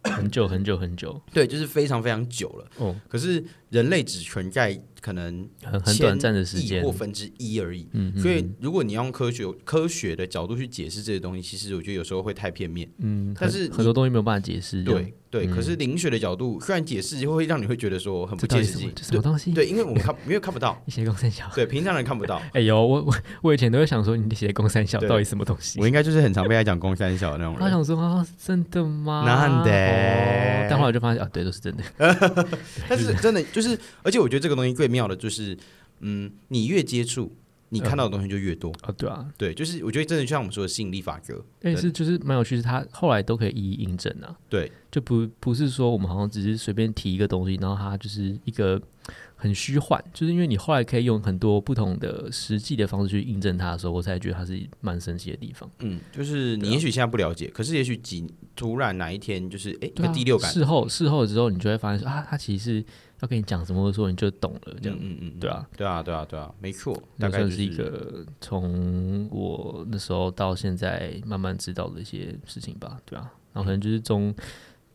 S3: 很久很久很久，
S2: 对，就是非常非常久了。
S3: 哦，
S2: 可是人类只存在可能
S3: 很很短暂的时
S2: 千亿
S3: 间
S2: 或。分之一而已。
S3: 嗯，嗯
S2: 所以
S3: 嗯，
S2: 如果你要用科学科学的角度去解释这些东西，其实我觉得有时候会太片面。
S3: 嗯，
S2: 但
S3: 很
S2: 是你
S3: 很多东西没有办法解释。这样
S2: 对，
S3: 嗯
S2: 对，可是灵学的角度虽然解释会让你会觉得说很不
S3: 这到
S2: 切
S3: 底
S2: 实
S3: 什么
S2: 际
S3: 这，什么东西？
S2: 对，对，因为我们看因为看不到，
S3: 你写公三小。
S2: 对，平常人看 不到。
S3: 哎呦，我我我以前都会想说，你写公三小
S2: 对
S3: 到底什么东西
S2: 我？应该就是很常被他讲公三小的那 种
S3: 他
S2: 人，
S3: 想说啊，真的吗？
S2: なんで
S3: 哦但后来就发现啊，对，都是真的。
S2: 但是真的就是，而且我觉得这个东西最妙的就是，嗯，你越接触，你
S3: 嗯
S2: 看到的东西就越多。
S3: 哦，对啊，
S2: 对，就是我觉得真的就像我们说的吸引力法则，
S3: 但
S2: 对
S3: 是就是蛮有趣，是他后来都可以一一印证啊。
S2: 对，
S3: 就不不是说我们好像只是随便提一个东西，然后它就是一个很虚幻，就是因为你后来可以用很多不同的实际的方式去印证它的时候，我才觉得它是蛮神奇的地方。
S2: 嗯，就是
S3: 啊
S2: 你也许现在不了解，可是也许几突然哪一天就是哎、一
S3: 对
S2: 个
S3: 啊
S2: 第六感，
S3: 事后事后之后，你就会发现说啊，它其实是要跟你讲什么的时候，你就懂了，这样
S2: 嗯、嗯嗯，
S3: 对啊，
S2: 对啊对啊对啊，没错，大
S3: 那
S2: 概就
S3: 算是一个从我那时候到现在慢慢知道的一些事情吧，对啊，然后可能就是中，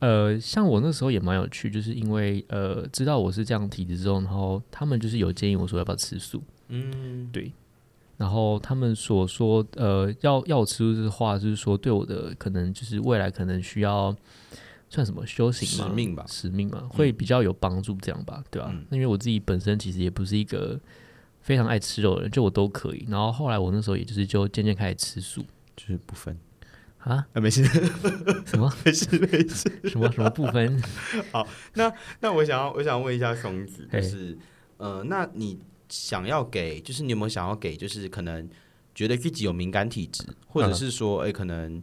S3: 呃，像我那时候也蛮有趣，就是因为呃知道我是这样体质之后，然后他们就是有建议我说要不要吃素，
S2: 嗯
S3: 然后他们所说呃要要我吃素的话，就是说对我的可能就是未来可能需要算什么修行
S2: 使
S3: 吗？
S2: 命吧，
S3: 使命嘛，会比较有帮助，这样吧，对吧、
S2: 嗯
S3: 那因为我自己本身其实也不是一个非常爱吃肉的人，就我都可以。然后后来我那时候也就是就渐渐开始吃素
S2: 就是不分
S3: 啊，
S2: 啊，没事
S3: 什么
S2: 没事没事。
S3: 什么什么 部分，
S2: 那我想要我想问一下松子，
S3: 嘿
S2: 就是呃，那你想要给，就是你有没有想要给，就是可能觉得自己有敏感体质，或者
S3: 嗯
S2: 是说哎、可能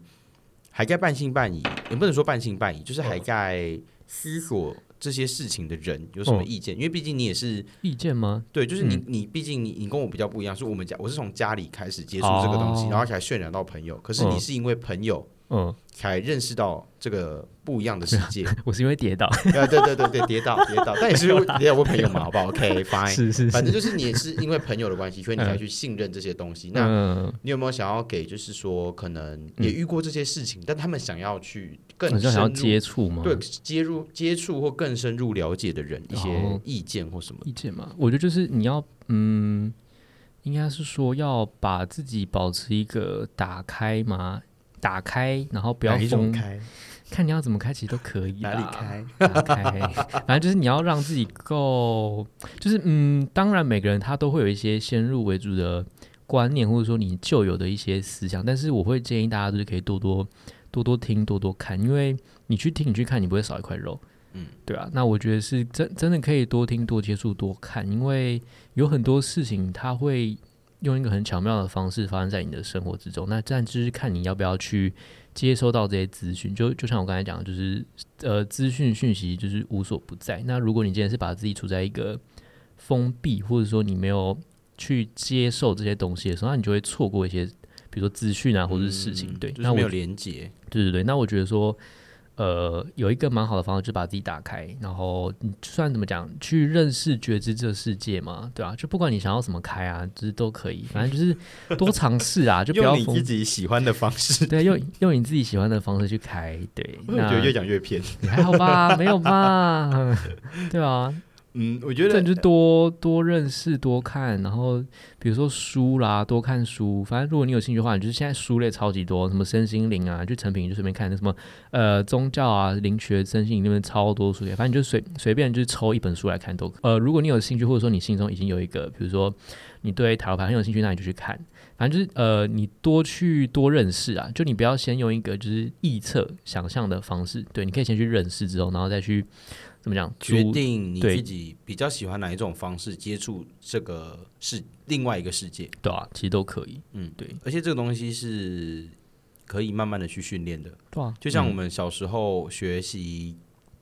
S2: 还在半信半疑，也不能说半信半疑，就是还
S3: 哦
S2: 在思索这些事情的人有什么
S3: 哦
S2: 意见？因为毕竟你也是。
S3: 意见吗？
S2: 对，就是
S3: 嗯
S2: 你，你毕竟你，你跟我比较不一样，是我们家我是从家里开始接触这个东西，
S3: 哦
S2: 然后才渲染到朋友。可是
S3: 嗯
S2: 你是因为朋友
S3: 嗯，
S2: 才认识到这个不一样的世界。
S3: 我是因为跌倒，
S2: 啊，对对对对，跌倒跌倒，但也 是因为也有朋友嘛，好不好？OK，fine。
S3: 是是
S2: 反
S3: 是，
S2: 正就是你也是因为朋友的关系，所以你才
S3: 嗯
S2: 去信任这些东西。那
S3: 嗯，
S2: 你有没有想要给，就是说可能也遇过这些事情，但他们想要去更
S3: 好
S2: 深
S3: 像想要
S2: 入
S3: 接触吗？
S2: 对接入接触或更深入了解的人一些
S3: 哦
S2: 意见或什么的？
S3: 意见嘛，我觉得就是你要，嗯，应该是说要把自己保持一个打开嘛，打开，然后不
S4: 不
S3: 要
S4: 一种
S3: 封，
S4: 开，
S3: 看你要怎么开，其实都可以啦。
S4: 哪里开？
S3: 打开， 反正就是你要让自己够，就是嗯，当然每个人他都会有一些先入为主的观念，或者说你旧有的一些思想，但是我会建议大家就是可以多多多多听，多多看，因为你去听你去看，你不会少一块肉，
S2: 嗯
S3: 嗯，对啊，那我觉得是真真的可以多听多接触多看，因为有很多事情它会。用一个很巧妙的方式发生在你的生活之中，那但就是看你要不要去接收到这些资讯。就就像我刚才讲的，就是呃资讯讯息就是无所不在。那如果你今天是把自己处在一个封闭，或者说你没有去接受这些东西的时候，那你就会错过一些，比如说资讯啊，或者是事情。
S2: 嗯
S3: 对，
S2: 就
S3: 那
S2: 是
S3: 我
S2: 没有连接，
S3: 对对对，那我觉得说，呃，有一个蛮好的方法，就是把自己打开，然后你算怎么讲，去认识、觉知这个世界嘛，对啊，就不管你想要怎么开啊，就是都可以，反正就是多尝试啊，就不要
S4: 用你
S3: 封
S4: 自。己喜欢的方式，
S3: 对，啊用用你自己喜欢的方式去开，对，
S4: 我怎么
S3: 那
S4: 觉得越讲越偏？
S3: 你还好吧？没有 吧？对啊，
S4: 嗯，我觉
S3: 这
S4: 得
S3: 就多多认识、多看，然后比如说书啦，多看书。反正如果你有兴趣的话，你就是现在书类超级多，什么身心灵啊，就成品就随便看，那什么呃宗教啊、灵学、身心灵那边超多书可以反正你就随随便就是抽一本书来看都可。呃，如果你有兴趣，或者说你心中已经有一个，比如说你对塔罗牌很有兴趣，那你就去看。反正就是呃，你多去多认识啊，就你不要先用一个就是臆测、想象的方式，对，你可以先去认识之后，然后再去怎么讲
S2: 决
S3: 逐
S2: 定你
S3: 对
S2: 自己比较喜欢哪一种方式接触这个世另外一个世界。
S3: 对啊，其实都可以。
S2: 嗯，
S3: 对，
S2: 而且这个东西是可以慢慢的去训练的，
S3: 对啊，
S2: 就像
S4: 嗯
S2: 我们小时候学习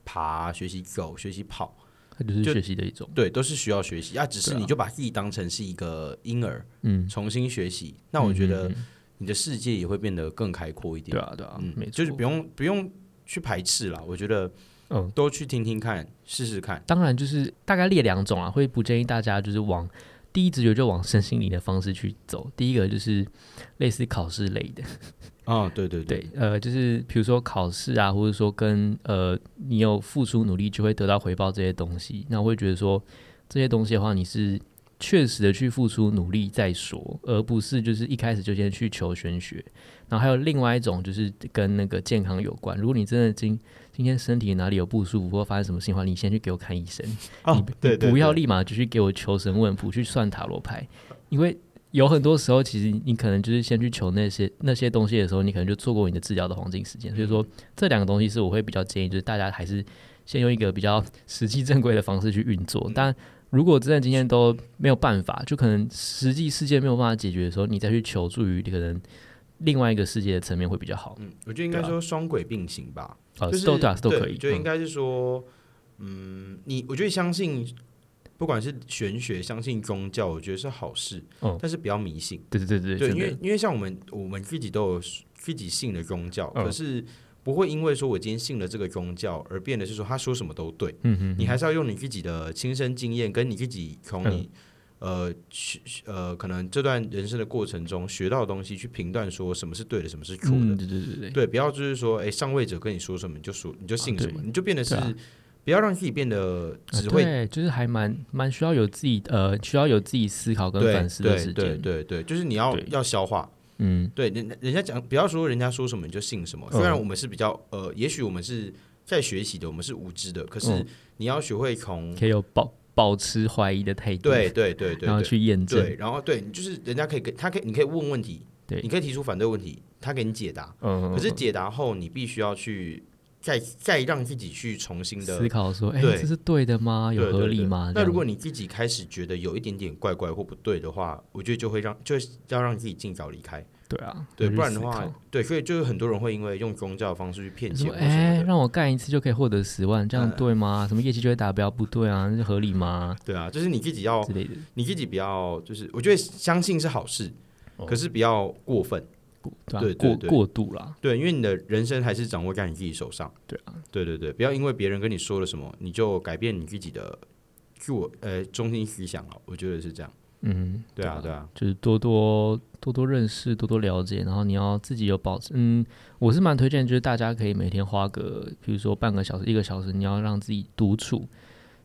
S2: 爬、学习走、学习跑，
S3: 它就是
S2: 就
S3: 学习的一种。
S2: 对，都是需要学习啊。只是
S3: 对啊
S2: 你就把自己当成是一个婴儿，
S3: 嗯，
S2: 重新学习，那我觉
S3: 嗯
S2: 得
S3: 嗯嗯
S2: 你的世界也会变得更开阔一点。
S3: 对啊，对啊，
S2: 嗯
S3: 没，错，
S2: 就是不用不用去排斥啦。我觉得
S3: 嗯。
S2: 都去听听看，试试看。
S3: 当然，就是大概列两种啊，会不建议大家就是往第一直觉就往身心灵的方式去走。第一个就是类似考试类的，
S2: 啊，对对
S3: 对，呃，就是比如说考试啊，或者说跟呃你有付出努力就会得到回报这些东西，那我会觉得说这些东西的话，你是确实的去付出努力再说，而不是就是一开始就先去求玄学。然后还有另外一种就是跟那个健康有关，如果你真的今今天身体哪里有不舒服或发生什么事情的话，你先去给我看医生。
S4: 哦，对对，
S3: 不要
S4: 对
S3: 立马就去给我求神问卜去算塔罗牌，因为有很多时候其实你可能就是先去求那些那些东西的时候，你可能就错过你的治疗的黄金时
S2: 嗯
S3: 间。所以说这两个东西是我会比较建议，就是大家还是先用一个比较实际正规的方式去运作。但如果真的今天都没有办法，就可能实际世界没有办法解决的时候，你再去求助于可能另外一个世界的层面会比较好。
S2: 嗯，我觉得应该说双轨并行吧，
S3: 啊，
S2: 就是
S3: 都对啊，都可
S2: 对
S3: 以。
S2: 就应
S3: 嗯
S2: 该是说，嗯，你我觉得相信，不管是玄学、相信宗教，我觉得是好事，
S3: 嗯
S2: 但是不要迷信。
S3: 对对对
S2: 对，
S3: 真
S2: 因为
S3: 的
S2: 因为像我们我们自己都有自己信的宗教，
S3: 嗯
S2: 可是不会因为说我今天信了这个宗教而变得是说他说什么都对，
S3: 嗯嗯，
S2: 你还是要用你自己的亲身经验，跟你自己从你、
S3: 嗯
S2: 呃学呃可能这段人生的过程中学到的东西去评断说什么是对的，什么是错的。
S3: 嗯，对对对对。
S2: 对，不要就是说，哎，上位者跟你说什么你就说，你就信什么，
S3: 对
S2: 你就变得是、
S3: 对啊
S2: 不要让自己变得
S3: 啊
S2: 只会、
S3: 对，就是还蛮蛮需要有自己呃，需要有自己思考跟
S2: 对
S3: 反思的
S2: 对
S3: 时
S2: 对
S3: 间。
S2: 对对，就是你要
S3: 对
S2: 要消化。
S3: 嗯，
S2: 对，人人家讲不要说人家说什么你就信什么，虽然我们是比较呃，也许我们是在学习的，我们是无知的，可是
S3: 嗯
S2: 你要学会从、
S3: 可以有保保持怀疑的态度，
S2: 对对对对
S3: 然后
S2: 对。
S3: 去验证
S2: 对，。然后对你就是人家可以跟他可以，你可以问问题，
S3: 对
S2: 你可以提出反对问题，他给你解答。
S3: 嗯，
S2: 可是解答后，你必须要去再再让自己去重新的
S3: 思考说，哎，
S2: 对
S3: 这是对的吗？有
S2: 对
S3: 合
S2: 对
S3: 理
S2: 对
S3: 吗？这
S2: 那
S3: 样
S2: 如果你自己开始觉得有一点点怪怪或不对的话，我觉得就会让就是要让自己尽早离开，
S3: 对啊，
S2: 对，
S3: 要去
S2: 不然的
S3: 思
S2: 话
S3: 考，
S2: 对，所以就是很多人会因为用宗教的方式去骗钱
S3: 说
S2: 或什
S3: 哎
S2: 么，的，
S3: 让我干一次就可以获得十万，这样
S2: 嗯
S3: 对吗？什么业绩就会达标，不对啊，这合理吗？
S2: 对啊，就是你自己要
S3: 之类的。
S2: 你自己不要，就是我觉得相信是好事，
S3: 哦
S2: 可是不要过分，
S3: 对啊
S2: 对对
S3: 过
S2: 对
S3: 过度啦，
S2: 对，因为你的人生还是掌握在你自己手上，
S3: 对
S2: 啊，对对对，不要因为别人跟你说了什么，你就改变你自己的自我呃中心思想了，我觉得是这样，
S3: 嗯，
S2: 对啊对啊，
S3: 就是多多多多认识，多多了解，然后你要自己有保持。嗯，我是蛮推荐，就是大家可以每天花个，比如说半个小时、一个小时，你要让自己独处，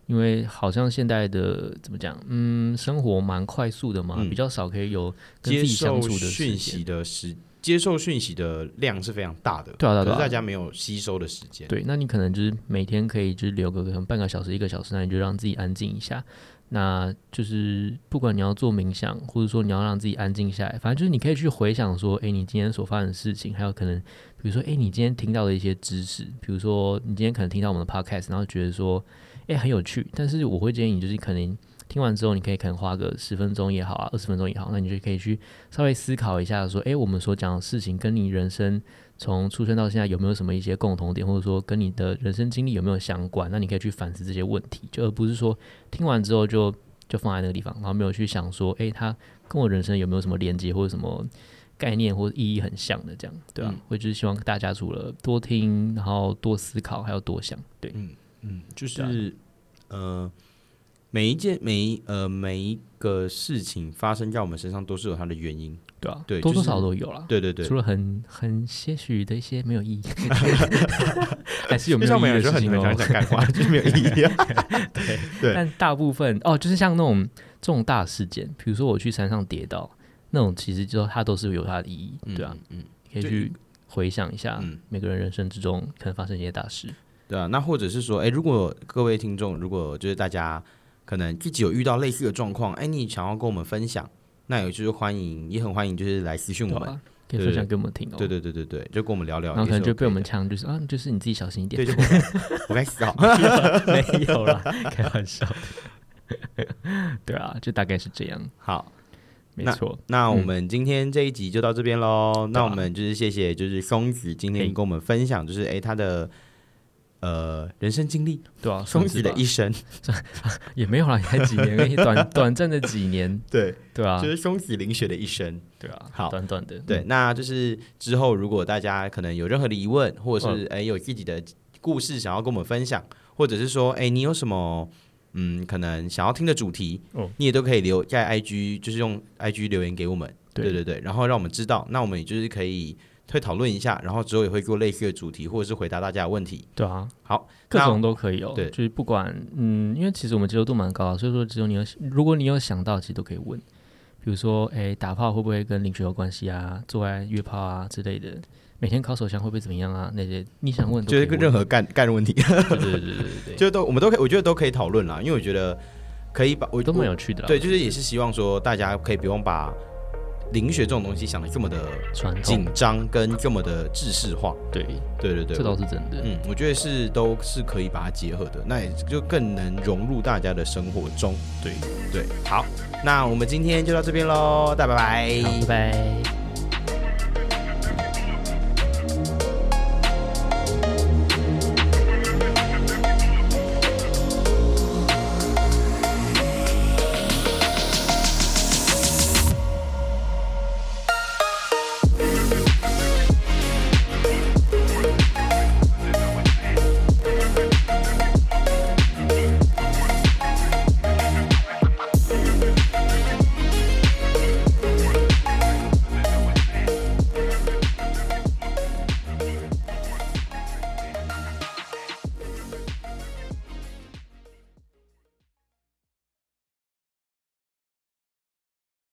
S3: 因为好像现代的怎么讲，嗯，生活蛮快速的嘛，
S2: 嗯
S3: 比较少可以有跟自
S2: 接
S3: 己相
S2: 受
S3: 处的时
S2: 讯
S3: 间
S2: 息的时接受讯息的量是非常大的，
S3: 对啊对啊
S2: 可
S3: 对啊
S2: 是大家没有吸收的时间，
S3: 对，那啊你可能就是每天可以就是留个可能半个小时、一个小时，那你就让自己安静一下。那就是不管你要做冥想，或者说你要让自己安静下来，反正就是你可以去回想说，诶，你今天所发生的事情，还有可能比如说，诶，你今天听到的一些知识，比如说你今天可能听到我们的 podcast，然后觉得说，诶，很有趣，但是我会建议你就是可能。听完之后，你可以可能花个十分钟也好啊，二十分钟也好，那你就可以去稍微思考一下，说，诶，我们所讲的事情跟你人生从出生到现在有没有什么一些共同点，或者说跟你的人生经历有没有相关？那你可以去反思这些问题，就而不是说听完之后就就放在那个地方，然后没有去想说，诶，它跟我人生有没有什么连接，或者什么概念或者意义很像的这样，对
S2: 嗯
S3: 啊，我就是希望大家除了多听，然后多思考，还要多想，对，
S2: 就是呃，每一件每一呃每一个事情发生在我们身上都是有它的原因，
S3: 对啊，
S2: 嗯对
S3: 多
S2: 就
S3: 多
S2: 是
S3: 少少都有啦。
S2: 对对对
S3: 除。了很很些许的一些没有 意义， 还是有没
S4: 就像
S3: 有
S4: 我们
S3: 意
S4: 有
S3: 义
S4: 时
S3: 的
S4: 候很
S3: 事情
S4: 很
S3: 哦
S4: 想。讲干 话，就是没有意义啊。对
S3: 但大部分哦，就是像那种重大事件，比如说我去山上跌倒，那种其实就它都是有它的意义，对啊，
S2: 嗯，嗯，
S3: 可以
S2: 就
S3: 去回想一下
S2: 嗯
S3: 每个人人生之中可能发生一些大事，
S2: 对啊。那或者是说，哎，如果各位听众，如果就是大家可能自己有遇到类似的状况，哎，你想要跟我们分享，那也就是欢迎，也很欢迎，就是来私讯
S3: 对
S2: 我们。
S3: 吧？可以分享给我们听哦。
S2: 对对对对对，就跟我们聊聊。
S3: 啊然后可
S2: 也
S3: 能
S2: 是
S3: 就被
S2: OK
S3: 我们
S2: 的
S3: 呛，就是啊，就是你自己小心一点
S2: 对，。就 我该死啊！
S3: 没有 啦，开玩笑的。对啊，就大概是这样，
S2: 好，
S3: 没
S2: 那
S4: 嗯
S3: 错。
S2: 那我们今天这一集就到这边喽。
S4: 啊
S2: 那我们就是谢谢，就是松子今天
S3: 嘿
S2: 跟我们分享，就是哎他的呃人生经历，
S3: 对
S4: 哦
S3: 啊，
S2: 松
S3: 松
S2: 子
S3: 子
S2: 的
S3: 吧
S2: 一生，
S3: 也没有啦，才几年而已， 短短暂的几年，
S4: 对，
S3: 对啊
S4: 就，是松子林雪的一生。
S3: 对啊，
S4: 好
S3: 短短的，
S2: 对，那就是之后如果大家可能有任何的疑问，或者
S3: 嗯
S2: 是哎、有自己的故事想要跟我们分享，或者是说哎、你有什么嗯可能想要听的主题，
S3: 哦
S2: 你也都可以留在 IG，就是用 IG 留言给我们，
S3: 对
S2: 对对，然后让我们知道，那我们也就是可以会讨论一下，然后之后也会做类似的主题，或者是回答大家的问题。
S3: 对啊，
S2: 好，
S3: 各
S2: 那
S3: 种都可以哦。
S2: 对
S3: 就是不管嗯，因为其实我们接受度蛮高的，啊所以说只有你有，如果你有想到，其实都可以问。比如说，哎，打炮会不会跟灵学有关系啊？做爱约炮啊之类的，每天烤手枪会不会怎么样啊？那些你想问都
S2: 就是
S3: 可以
S2: 任
S3: 问
S2: 何干干的问题，
S3: 对对对对对对对，
S2: 就都我们都可以，我觉得都可以讨论啦，因为我觉得可以把我
S3: 都蛮
S2: 我
S3: 有趣的啦。
S2: 对，就是也是希望说大家可以不用把灵学这种东西想的这么的
S3: 传统
S2: 紧，张跟这么的制式化。
S3: 对，
S2: 对对
S3: 哦
S2: 对，
S3: 这倒是真的。
S2: 嗯，我觉得是都是可以把它结合的，那也就更能融入大家的生活中。
S3: 对，
S2: 对，好，那我们今天就到这边喽，大家拜拜
S3: 好，拜拜。